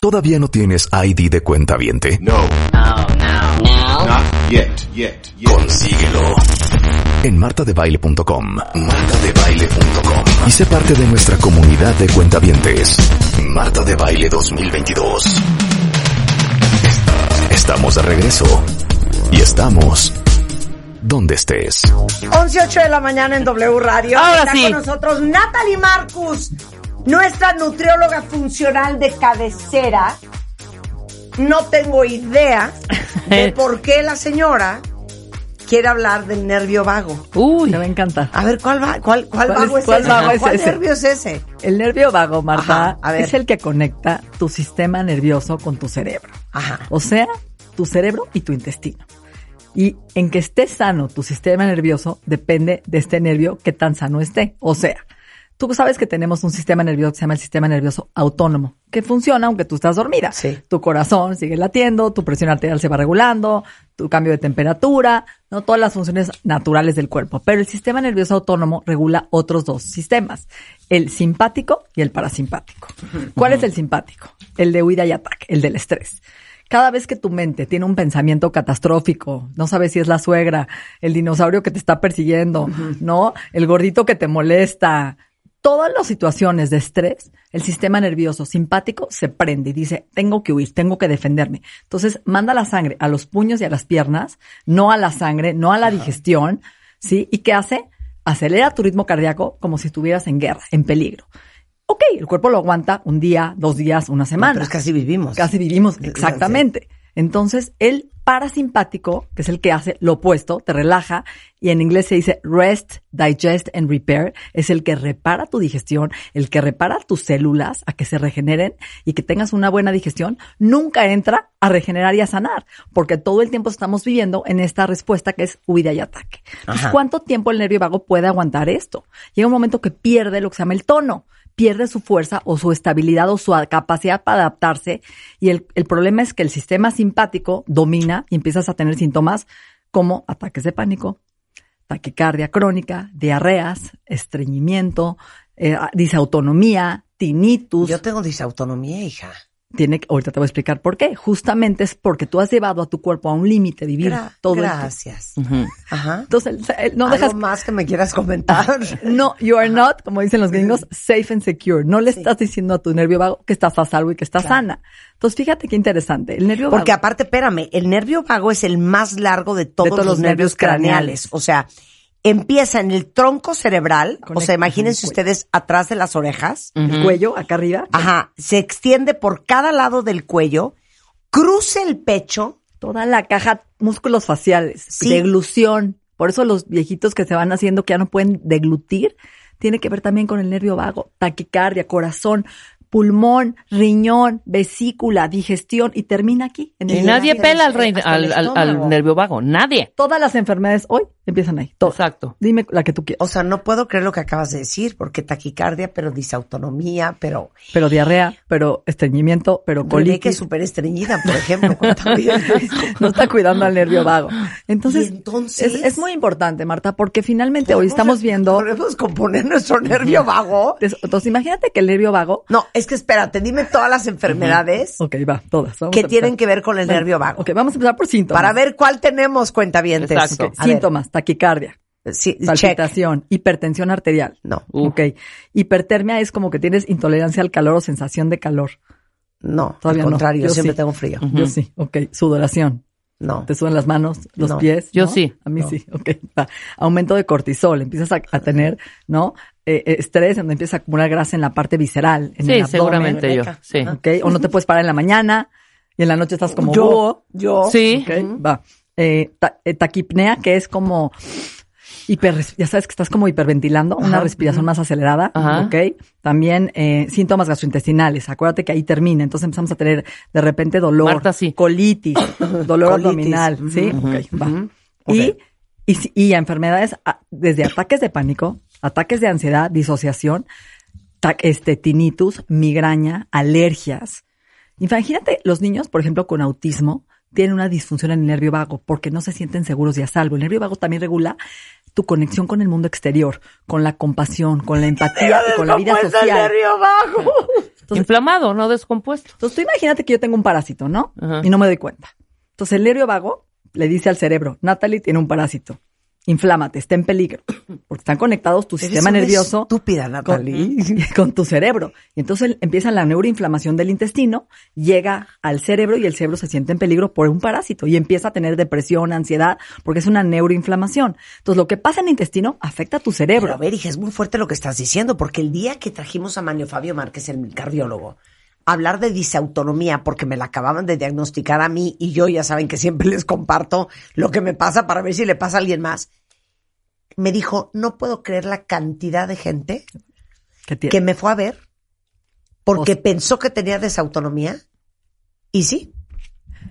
¿Todavía no tienes ID de cuenta viente? No, not yet, yet, yet. Consíguelo en martadebaile.com. Martadebaile.com. Y sé parte de nuestra comunidad de cuentavientes. Marta de Baile 2022. Estamos de regreso. Y estamos donde estés. 11.08 de la mañana en W Radio. Ahora Está sí. con nosotros Natalie Marcus, nuestra nutrióloga funcional de cabecera. No tengo idea de por qué la señora quiere hablar del nervio vago. Uy, me encanta. A ver, ¿cuál, va, cuál, cuál, ¿Cuál vago es- es, cuál ese? vago es ¿Cuál ese? nervio es ese? El nervio vago, Marta, Ajá, a ver. es el que conecta tu sistema nervioso con tu cerebro. Ajá. O sea, tu cerebro y tu intestino. Y en que esté sano tu sistema nervioso depende de este nervio que tan sano esté. O sea, tú sabes que tenemos un sistema nervioso que se llama el sistema nervioso autónomo, que funciona aunque tú estás dormida. Sí. Tu corazón sigue latiendo, tu presión arterial se va regulando, tu cambio de temperatura, no todas las funciones naturales del cuerpo. Pero el sistema nervioso autónomo regula otros dos sistemas, el simpático y el parasimpático. ¿Cuál es el simpático? El de huida y ataque, el del estrés. Cada vez que tu mente tiene un pensamiento catastrófico, no sabes si es la suegra, el dinosaurio que te está persiguiendo, ¿no? El gordito que te molesta. Todas las situaciones de estrés, el sistema nervioso simpático se prende y dice, tengo que huir, tengo que defenderme. Entonces, manda la sangre a los puños y a las piernas, no a la sangre, no a la digestión, ¿sí? ¿Y qué hace? Acelera tu ritmo cardíaco como si estuvieras en guerra, en peligro. Ok, el cuerpo lo aguanta un día, dos días, una semana. Pero es que así vivimos. Casi vivimos, exactamente. Entonces, el parasimpático, que es el que hace lo opuesto, te relaja, y en inglés se dice rest, digest and repair, es el que repara tu digestión, el que repara tus células a que se regeneren y que tengas una buena digestión, nunca entra a regenerar y a sanar, porque todo el tiempo estamos viviendo en esta respuesta que es huida y ataque. Entonces, ¿Cuánto tiempo el nervio vago puede aguantar esto? Llega un momento que pierde lo que se llama el tono pierde su fuerza o su estabilidad o su capacidad para adaptarse. Y el, el problema es que el sistema simpático domina y empiezas a tener síntomas como ataques de pánico, taquicardia crónica, diarreas, estreñimiento, eh, disautonomía, tinnitus. Yo tengo disautonomía, hija. Tiene, que- ahorita te voy a explicar por qué. Justamente es porque tú has llevado a tu cuerpo a un límite vivir Gra- todo el tiempo. gracias. Ajá. Entonces, el- el- no ¿Algo dejas más que me quieras comentar? No, you are not, como dicen los gringos, Mm. safe and secure. No le estás diciendo a tu nervio vago que estás a salvo y que estás sana. Entonces, fíjate qué interesante. El nervio Porque vago. aparte, espérame, el nervio vago es el más largo de todos, los, nervios craneales. O sea, empieza en el tronco cerebral, o Conecta sea, imagínense con el cuello. ustedes atrás de las orejas. el cuello, acá arriba. Ajá, se extiende por cada lado del cuello, cruza el pecho. Toda la caja, músculos faciales, Sí. deglución. Por eso los viejitos que se van haciendo que ya no pueden deglutir, tiene que ver también con el nervio vago, taquicardia, corazón, pulmón, riñón, vesícula, digestión y termina aquí. En Y el nadie pela al, rey- hasta el al, al- al estómago. nervio vago, nadie. Todas las enfermedades hoy empiezan ahí. Todas. Exacto. Dime la que tú quieras. O sea, no puedo creer lo que acabas de decir, porque taquicardia, pero disautonomía, pero pero diarrea, pero estreñimiento, pero Colí que colitis. es súper estreñida, por ejemplo. cuando viene. No está cuidando al nervio vago. Entonces, ¿Y entonces? Es, es muy importante, Marta, porque finalmente hoy estamos viendo. Podemos componer nuestro nervio vago. Entonces, imagínate que el nervio vago. No, es que espérate, dime todas las enfermedades Ok, va, todas. vamos que a tienen empezar. que ver con el Bueno, nervio vago. Ok, vamos a empezar por síntomas. Para ver cuál tenemos, cuentavientes. Exacto. Ok, a ver, Síntomas, taquicardia, sí, check. palpitación, hipertensión arterial. No, Uh. Ok. Hipertermia es como que tienes intolerancia al calor o sensación de calor. no, Todavía al no. contrario, Yo siempre sí. tengo frío. Yo sí, ok. Sudoración. No. Te sudan las manos, los No. pies. Yo ¿no? sí. A mí sí, ok. va. Aumento de cortisol, empiezas a, a tener, ¿no? Eh, eh, estrés, donde empieza a acumular grasa en la parte visceral, en el Sí, abdomen, seguramente yo. Rebeca. Sí. ¿ok? O no te puedes parar en la mañana y en la noche estás como búho, Yo, yo. Sí. ¿ok? Va. Eh, ta- eh, taquipnea, que es como hiper, ya sabes que estás como hiperventilando, una Ajá. respiración más acelerada, Ajá. ¿ok? También eh, síntomas gastrointestinales, acuérdate que ahí termina, entonces empezamos a tener de repente dolor, Marta, sí. colitis, dolor Colitis. abdominal, ¿sí? Ujú, Ok, va. Y, y, si- y a enfermedades a- desde ataques de pánico, ataques de ansiedad, disociación, ta- este, tinnitus, migraña, alergias. Imagínate los niños, por ejemplo, con autismo, tienen una disfunción en el nervio vago porque no se sienten seguros y a salvo. El nervio vago también regula tu conexión con el mundo exterior, con la compasión, con la empatía y con la vida Descompuesto el social. nervio bajo. Entonces- Inflamado, no descompuesto. Entonces, tú imagínate que yo tengo un parásito, ¿no? Ajá. Y no me doy cuenta. Entonces, el nervio vago le dice al cerebro, Natalie tiene un parásito. Inflámate, está en peligro. Porque están conectados tu sistema una nervioso Estúpida, Natalie. con tu cerebro. Y entonces empieza la neuroinflamación del intestino, llega al cerebro y el cerebro se siente en peligro por un parásito y empieza a tener depresión, ansiedad, porque es una neuroinflamación. Entonces, lo que pasa en el intestino afecta a tu Pero cerebro. a ver, hija, es muy fuerte lo que estás diciendo, porque el día que trajimos a Mario Fabio Márquez, el cardiólogo, a hablar de disautonomía, porque me la acababan de diagnosticar a mí y yo ya saben que siempre les comparto lo que me pasa para ver si le pasa a alguien más, me dijo, no puedo creer la cantidad de gente que tiene. que me fue a ver porque pensó que tenía desautonomía y sí,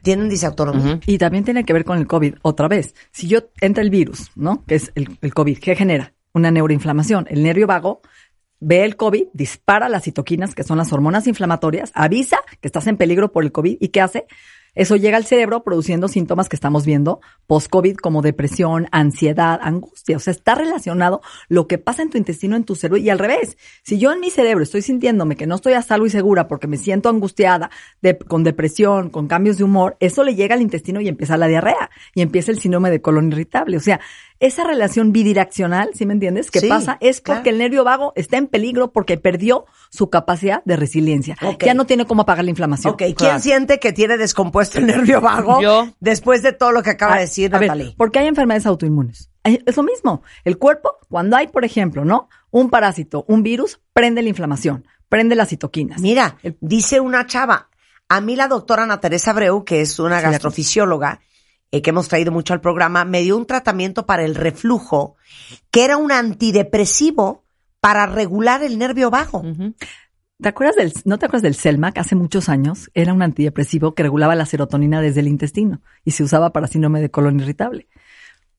tienen disautonomía. Ujú. Y también tiene que ver con el COVID, otra vez. Si yo entra el virus, ¿no? Que es el, el COVID, ¿qué genera? Una neuroinflamación. El nervio vago ve el COVID, dispara las citoquinas, que son las hormonas inflamatorias, avisa que estás en peligro por el COVID y ¿qué hace? Eso llega al cerebro produciendo síntomas que estamos viendo post-COVID como depresión, ansiedad, angustia. O sea, está relacionado lo que pasa en tu intestino, en tu cerebro y al revés. Si yo en mi cerebro estoy sintiéndome que no estoy a salvo y segura porque me siento angustiada, de- con depresión, con cambios de humor, eso le llega al intestino y empieza la diarrea y empieza el síndrome de colon irritable. O sea, esa relación bidireccional, ¿sí me entiendes? Que Sí, pasa es porque claro. el nervio vago está en peligro porque perdió su capacidad de resiliencia. Ok. Ya no tiene cómo apagar la inflamación. Ok, ¿quién siente que tiene descompuesto el nervio vago Yo. después de todo lo que acaba A- de decir Ah, a ver, Natalie? porque hay enfermedades autoinmunes. Hay- Es lo mismo. El cuerpo, cuando hay, por ejemplo, ¿no? Un parásito, un virus, prende la inflamación, prende las citoquinas. Mira, dice una chava, a mí la doctora Ana Teresa Breu, que es una Sí, la- gastrofisióloga, eh, que hemos traído mucho al programa, me dio un tratamiento para el reflujo, que era un antidepresivo para regular el nervio bajo. Mm. Ujú. ¿Te acuerdas del, no te acuerdas del Selmac? Hace muchos años era un antidepresivo que regulaba la serotonina desde el intestino y se usaba para síndrome de colon irritable.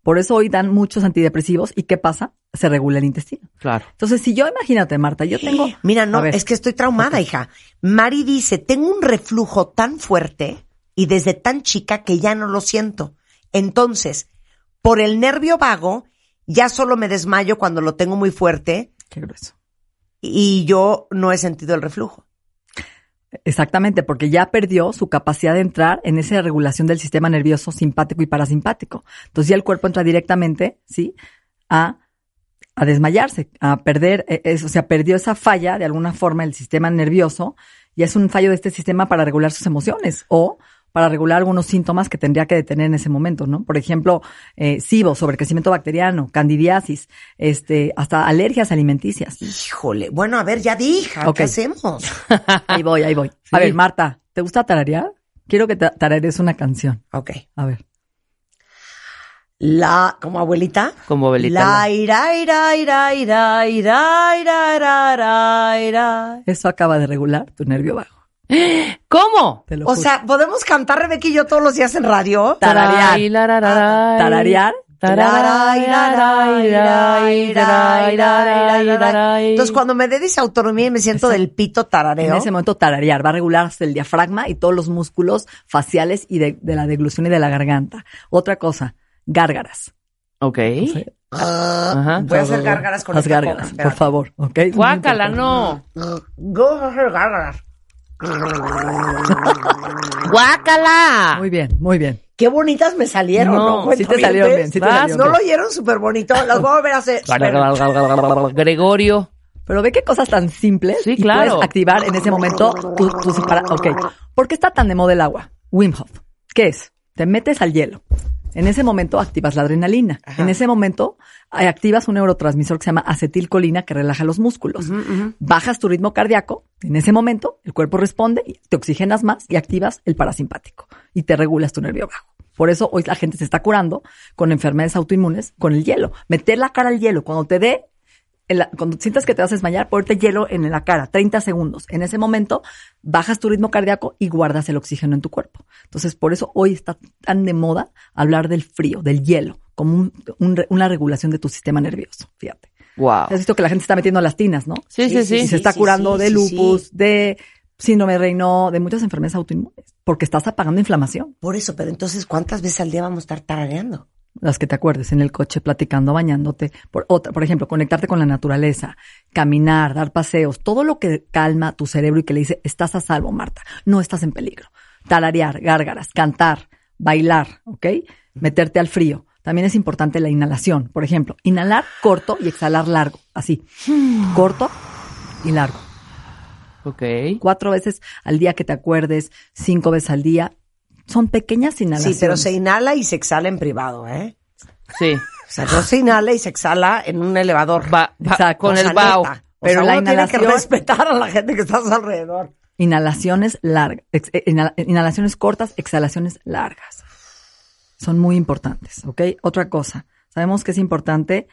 Por eso hoy dan muchos antidepresivos y ¿qué pasa? Se regula el intestino. Claro. Entonces, si yo, imagínate, Marta, yo tengo... Mira, A no, ver. es que estoy traumada, hija. Mari dice, tengo un reflujo tan fuerte y desde tan chica que ya no lo siento. Entonces, por el nervio vago, ya solo me desmayo cuando lo tengo muy fuerte Qué grueso. y yo no he sentido el reflujo. Exactamente, porque ya perdió su capacidad de entrar en esa regulación del sistema nervioso simpático y parasimpático. Entonces ya el cuerpo entra directamente, ¿sí? A, a desmayarse, a perder, eh, es- o sea, perdió esa falla de alguna forma el sistema nervioso y es un fallo de este sistema para regular sus emociones o para regular algunos síntomas que tendría que detener en ese momento, ¿no? Por ejemplo, eh, SIBO, sobrecrecimiento bacteriano, candidiasis, este, hasta alergias alimenticias. Híjole. Bueno, a ver, ya di, hija, Ok. ¿qué hacemos? Ahí voy, ahí voy. A Sí. ver, Marta, ¿te gusta tararear? Quiero que ta- tararees una canción. Ok. A ver. La, como abuelita. Como abuelita, La la- ira, ira, ira, ira, ira, ira, ira, ira, ira. Eso acaba de regular tu nervio bajo. ¿Cómo? Te lo O juro. sea, ¿podemos cantar Rebeca y yo todos los días en radio? Tararear. Ah, Ay, larararay. tararear. Tararay, raray, raray, raray, raray, raray. Entonces, cuando me dé disautonomía y me siento del pito En tarareo, ese momento tararear va a regularse el diafragma y todos los músculos faciales y de, de la deglución y de la garganta. Otra cosa, gárgaras. Ok. Ah. Ajá. voy a hacer gárgaras con Las esta gárgaras, coca, por espérate. favor. ¿ok? Es muy Guácala, importante. no. Voy a hacer gárgaras. Guácala. Muy bien, muy bien. Qué bonitas me salieron, No, ¿no? sí te salieron bien, sí te Vas, salieron ¿No bien. lo oyeron súper bonito? Las voy a volver a hacer. Gregorio. Pero ve qué cosas tan simples Sí, y claro. puedes activar en ese momento tu, tu separa- Ok. ¿Por qué está tan de moda el agua? Wim Hof. ¿Qué es? Te metes al hielo. En ese momento activas la adrenalina. En ese momento eh, activas un neurotransmisor que se llama acetilcolina que relaja los músculos. Bajas tu ritmo cardíaco. En ese momento el cuerpo responde, y te oxigenas más y activas el parasimpático y te regulas tu nervio bajo. Por eso hoy la gente se está curando con enfermedades autoinmunes con el hielo. Meter la cara al hielo. Cuando te dé, en la- cuando sientas que te vas a desmayar, ponerte hielo en la cara, 30 segundos. En ese momento bajas tu ritmo cardíaco y guardas el oxígeno en tu cuerpo. Entonces, por eso hoy está tan de moda hablar del frío, del hielo, como un- un re- una regulación de tu sistema nervioso. Fíjate. Wow. Has visto que la gente se está metiendo a las tinas, ¿no? Sí, sí, sí. y se está Ah. sí, curando sí, de sí, lupus, de síndrome de reino, de muchas enfermedades autoinmunes, porque estás apagando inflamación. Por eso, pero entonces, ¿cuántas veces al día vamos a estar tarareando? Las que te acuerdes, en el coche, platicando, bañándote. Por, otra, por ejemplo, conectarte con la naturaleza, caminar, dar paseos, todo lo que calma tu cerebro y que le dice, estás a salvo, Marta, no estás en peligro. Talarear, gárgaras, cantar, bailar, ¿ok? Meterte al frío. También es importante la inhalación, por ejemplo. Inhalar corto y exhalar largo, así. Corto y largo. Ok. cuatro veces al día que te acuerdes, cinco veces al día. Son pequeñas Sí, inhalaciones. pero se inhala y se exhala en privado, ¿eh? Sí. O sea, no se inhala y se exhala en un elevador. Va, va- Exacto. con O sea, el bao. neta. O Pero sea, la uno tiene que inhalación- respetar a la gente que estás alrededor. Inhalaciones largas, eh, inhalaciones cortas, exhalaciones largas. Son muy importantes, ¿ok? Otra cosa, sabemos que es importante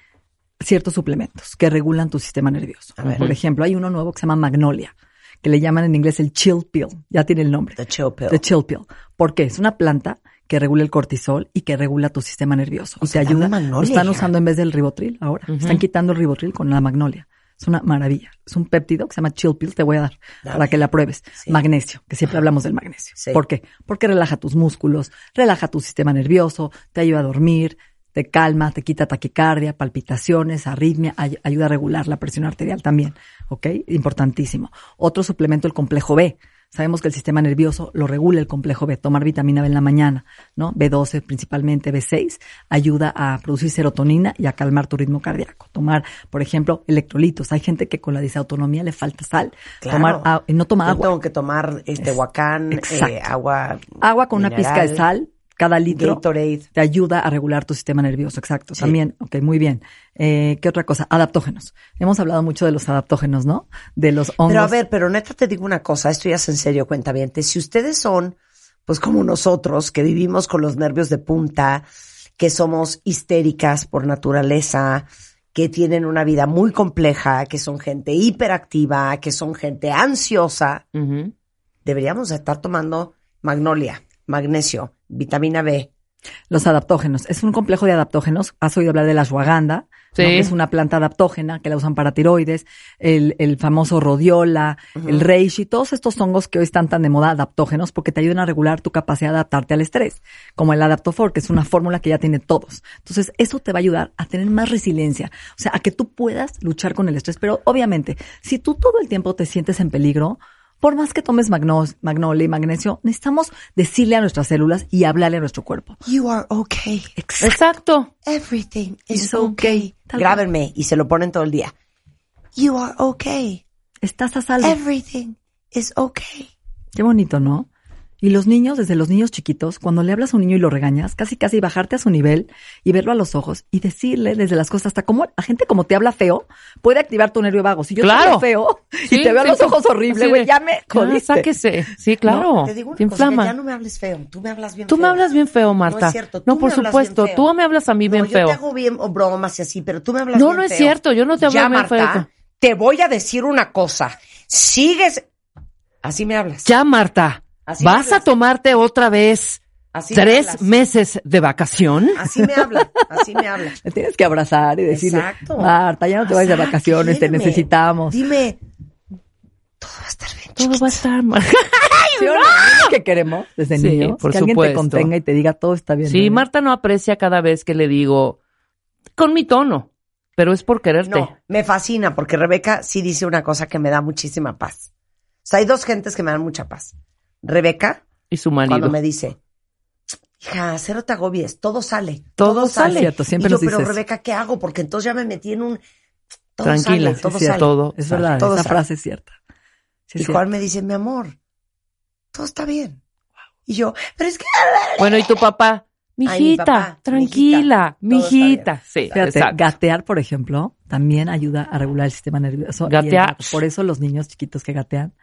ciertos suplementos que regulan tu sistema nervioso. Por ejemplo, hay uno nuevo que se llama Magnolia, que le llaman en inglés el chill pill. Ya tiene el nombre. The chill pill. The chill pill. ¿Por qué? Es una planta que regula el cortisol y que regula tu sistema nervioso. Y te sea, dame ayuda. Lo magnolia, están hija. usando en vez del ribotril ahora. Están quitando el ribotril con la magnolia. Es una maravilla. Es un péptido que se llama chill pill. Te voy a dar para que la pruebes. Magnesio, que siempre hablamos del magnesio. Sí. ¿Por qué? Porque relaja tus músculos, relaja tu sistema nervioso, te ayuda a dormir, te calma, te quita taquicardia, palpitaciones, arritmia, ay- ayuda a regular la presión arterial también. ¿Ok? Importantísimo. Otro suplemento, el complejo B. Sabemos que el sistema nervioso lo regula el complejo B. Tomar vitamina B en la mañana, ¿no? B12 principalmente, B6, ayuda a producir serotonina y a calmar tu ritmo cardíaco. Tomar, por ejemplo, electrolitos. Hay gente que con la disautonomía le falta sal. Claro. Tomar, a- no toma Yo agua. Tengo que tomar este huacán, exacto. Ah, eh, agua. Agua con una pizca de mineral, sal cada litro. Gatorade. Te ayuda a regular tu sistema nervioso, exacto. También, ok, muy bien. Eh, ¿Qué otra cosa? Adaptógenos. Hemos hablado mucho de los adaptógenos, ¿no? De los hongos. Pero a ver, pero neta te digo una cosa, esto ya es en serio, cuenta bien. Si ustedes son, pues como nosotros, que vivimos con los nervios de punta, que somos histéricas por naturaleza, que tienen una vida muy compleja, que son gente hiperactiva, que son gente ansiosa, Ujú. deberíamos de estar tomando magnolia, magnesio, vitamina B. Los adaptógenos. Es un complejo de adaptógenos. Has oído hablar de la ashwagandha. Sí. ¿no? Que Es una planta adaptógena que la usan para tiroides. El, el famoso rodiola, el reishi, todos estos hongos que hoy están tan de moda adaptógenos porque te ayudan a regular tu capacidad de adaptarte al estrés. Como el adaptofor, que es una fórmula que ya tiene todos. Entonces, eso te va a ayudar a tener más resiliencia. O sea, a que tú puedas luchar con el estrés. Pero obviamente, si tú todo el tiempo te sientes en peligro, por más que tomes magnos- magnolia y magnesio, necesitamos decirle a nuestras células y hablarle a nuestro cuerpo. You are okay. Exacto. Everything It's okay. Tal cual. Grábenme y se lo ponen todo el día. You are okay. Estás a salvo. Everything is okay. Qué bonito, ¿no? Y los niños, desde los niños chiquitos, cuando le hablas a un niño y lo regañas, casi casi bajarte a su nivel y verlo a los ojos y decirle desde las cosas hasta cómo la gente como te habla feo puede activar tu nervio vago. Si yo Claro. te hablo feo Sí, y te veo a sí, los sí. ojos horrible, Así güey, de, ya me Ya, jodiste. sáquese. Sí, claro. Te digo una Te cosa, inflama. ya no me hables feo, tú me hablas bien Tú me feo. hablas bien feo, Marta. No es cierto, tú por me hablas bien supuesto. feo. Tú me hablas a mí bien no, feo. Yo te hago bien o bromas y así, pero tú me hablas No, bien no es feo. cierto, yo no te hablo ya, bien Marta, feo. Te voy a decir una cosa. Sigues así me hablas. Ya, Marta. Así me ¿Vas a hablas. tomarte otra vez Así tres me hablas. meses de vacación? Así me habla, así me habla. Le tienes que abrazar y decirle, Exacto. Ah, Marta, ya no te vayas de Exacto, vacaciones, te quiéreme. necesitamos. Dime todo va a estar bien. Todo va a estar mal. ¿Sí o no? que queremos desde Sí, niños? por que alguien te supuesto. contenga y te diga todo está bien. Sí, ¿no? Marta no aprecia cada vez que le digo con mi tono, pero es por quererte. No, me fascina porque Rebeca sí dice una cosa que me da muchísima paz. O sea, hay dos gentes que me dan mucha paz. Rebeca, Y su marido. cuando me dice, hija, cero te agobies, todo sale. Todo sale. Cierto, siempre y yo, nos dices pero eso. Rebeca, ¿qué hago? Porque entonces ya me metí en un... Todo Tranquila, sale, sí, todo sí, sale. todo Es sale. verdad, Todo esa sale. frase es cierta. Sí, y es Juan me dice, mi amor, todo está bien. Y yo, pero es que... Bueno, ¿y tu papá? Mijita, Ay, mi papá, tranquila, mijita, todo está mijita. Sí, Fíjate, exacto. gatear, por ejemplo, también ayuda a regular el sistema nervioso. y el Gatear. vago. por eso los niños chiquitos que gatean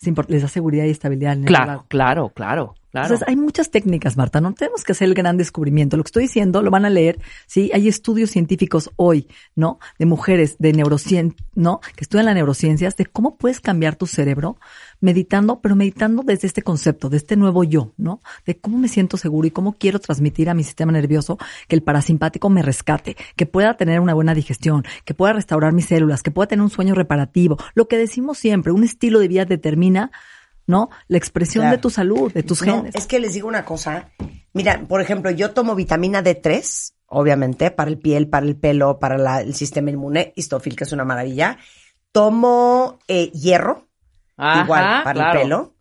es import- les da seguridad y estabilidad. al nervio Claro, vago. claro, claro, Claro. Entonces, hay muchas técnicas, Marta. No tenemos que hacer el gran descubrimiento. Lo que estoy diciendo lo van a leer. Sí, hay estudios científicos hoy, ¿no? De mujeres, de neurocien, ¿no? Que estudian las neurociencias, de cómo puedes cambiar tu cerebro meditando, pero meditando desde este concepto, de este nuevo yo, ¿no? De cómo me siento seguro y cómo quiero transmitir a mi sistema nervioso que el parasimpático me rescate, que pueda tener una buena digestión, que pueda restaurar mis células, que pueda tener un sueño reparativo. Lo que decimos siempre, un estilo de vida determina ¿no? La expresión Claro. de tu salud, de tus No, genes. es que les digo una cosa. Mira, por ejemplo, yo tomo vitamina D3, obviamente, para el piel, para el pelo, para la- el sistema inmune, histofil, que es una maravilla. Tomo eh, hierro, Ajá, igual, para claro. el pelo.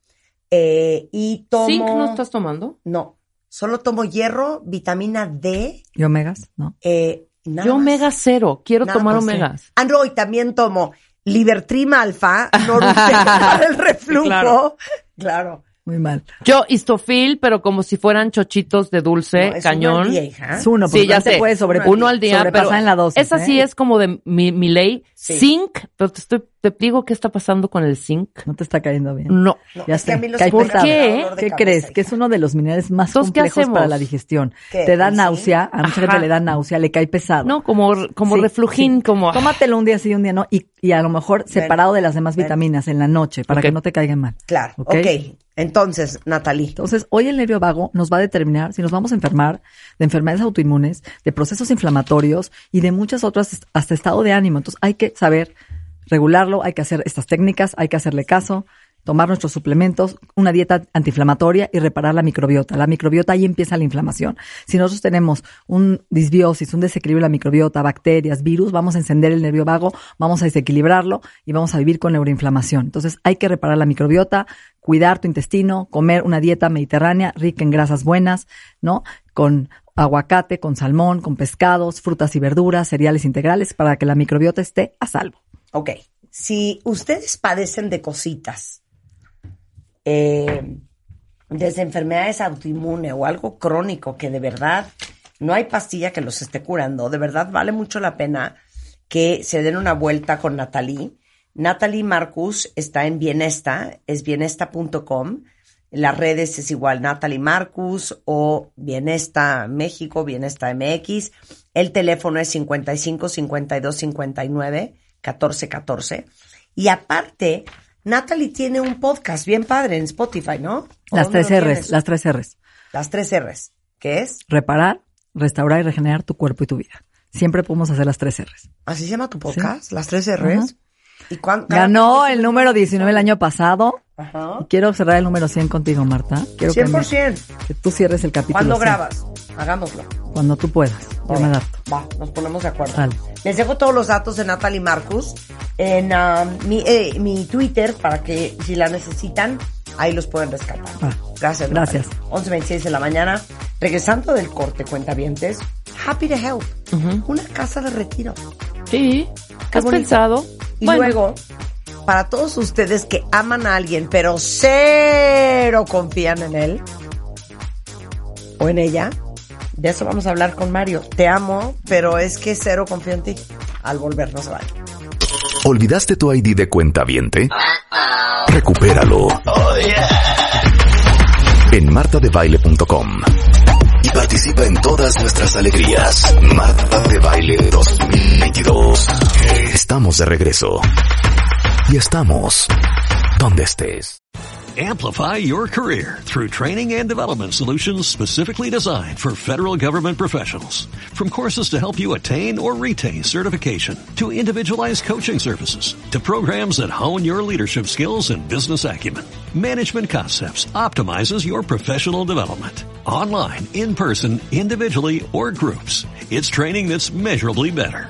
Eh, y tomo... ¿Zinc no estás tomando? No, solo tomo hierro, vitamina D, ¿Y omegas? No. eh, nada Yo más. omega cero. Quiero Nada tomar más, sí. omegas. Ah, no, y también tomo libertrima alfa, norutec para el reflujo. Claro. Claro. Muy mal. Yo histofil, pero como si fueran chochitos de dulce, No, es cañón. una vieja. Es uno, porque sí, ya no te sé. puedes sobre, uno al día, sobrepasar pero en la dosis. esa sí ¿eh? es como de mi, mi ley. Sí. Zinc, pero te, estoy, te digo qué está pasando con el zinc. No te está cayendo bien. No. No, Ya es que sé. a mí los Cae omega pesado. me da ¿Qué? dolor de ¿Qué cabeza, crees? hija. Que es uno de los minerales más Entonces, ¿qué complejos para hacemos? la digestión. ¿Qué? Te da ¿Sí? náusea, a mucha Ajá. gente le da náusea, le cae pesado. No, como, como Sí, reflujín, sí. como. Tómatelo un día sí, un día no, y, y a lo mejor separado de las demás ven. vitaminas en la noche para Ok. que no te caigan mal. Claro, ¿Ok? ok. Entonces, Natalie. Entonces, hoy el nervio vago nos va a determinar si nos vamos a enfermar de enfermedades autoinmunes, de procesos inflamatorios y de muchas otras, hasta estado de ánimo. Entonces, hay que saber regularlo, hay que hacer estas técnicas, hay que hacerle caso, tomar nuestros suplementos, una dieta antiinflamatoria y reparar la microbiota. La microbiota ahí empieza la inflamación. Si nosotros tenemos un disbiosis, un desequilibrio de la microbiota, bacterias, virus, vamos a encender el nervio vago, vamos a desequilibrarlo y vamos a vivir con neuroinflamación. Entonces, hay que reparar la microbiota, cuidar tu intestino, comer una dieta mediterránea rica en grasas buenas, ¿no? Con aguacate, con salmón, con pescados, frutas y verduras, cereales integrales para que la microbiota esté a salvo. Ok, si ustedes padecen de cositas, eh, desde enfermedades autoinmunes o algo crónico que de verdad no hay pastilla que los esté curando, de verdad vale mucho la pena que se den una vuelta con Natalie. Natalie Marcus está en Bienesta, es bienesta.com. Las redes es igual Natalie Marcus o Bienesta México, Bienesta MX. El teléfono es 55 52 59 14 14. Y aparte, Natalie tiene un podcast bien padre en Spotify, ¿no? ¿O Las dónde tres lo R's, tienes? las tres R's. Las tres R's. ¿Qué es? Reparar, restaurar y regenerar tu cuerpo y tu vida. Siempre podemos hacer las tres R's. ¿Así se llama tu podcast? Las tres R's. ¿Y cuán- cada Ganó cuánto el subes? número 19 el año pasado. Ajá. Quiero cerrar el número 100 contigo, Marta. Quiero que, me- 100%. que tú cierres el capítulo. ¿Cuándo 100. grabas? Hagámoslo. Cuando tú puedas. Yo me Ahora, adapto. Va, nos ponemos de acuerdo. Dale. Les dejo todos los datos de Natalie Marcus en ah, mi, eh, mi Twitter para que si la necesitan, ahí los pueden rescatar. Ah, Gracias. gracias. Natalie. 11.26 de la mañana. Regresando del corte, cuentavientes, Happy to Help. Una casa de retiro. Sí. Qué ¿Has bonito. pensado? Y Bueno, luego, para todos ustedes que aman a alguien, pero cero confían en él o en ella, de eso vamos a hablar con Mario. Te amo, pero es que cero confío en ti. Al volvernos vale. ¿Olvidaste tu ID de cuenta viente? Recupéralo. En martadebaile.com. Y participa en todas nuestras alegrías. Marta de Baile 2022. Estamos de regreso. Y estamos donde estés. Amplify your career through training and development solutions specifically designed for federal government professionals. From courses to help you attain or retain certification, to individualized coaching services, to programs that hone your leadership skills and business acumen, Management Concepts optimizes your professional development. Online, in person, individually, or groups, it's training that's measurably better.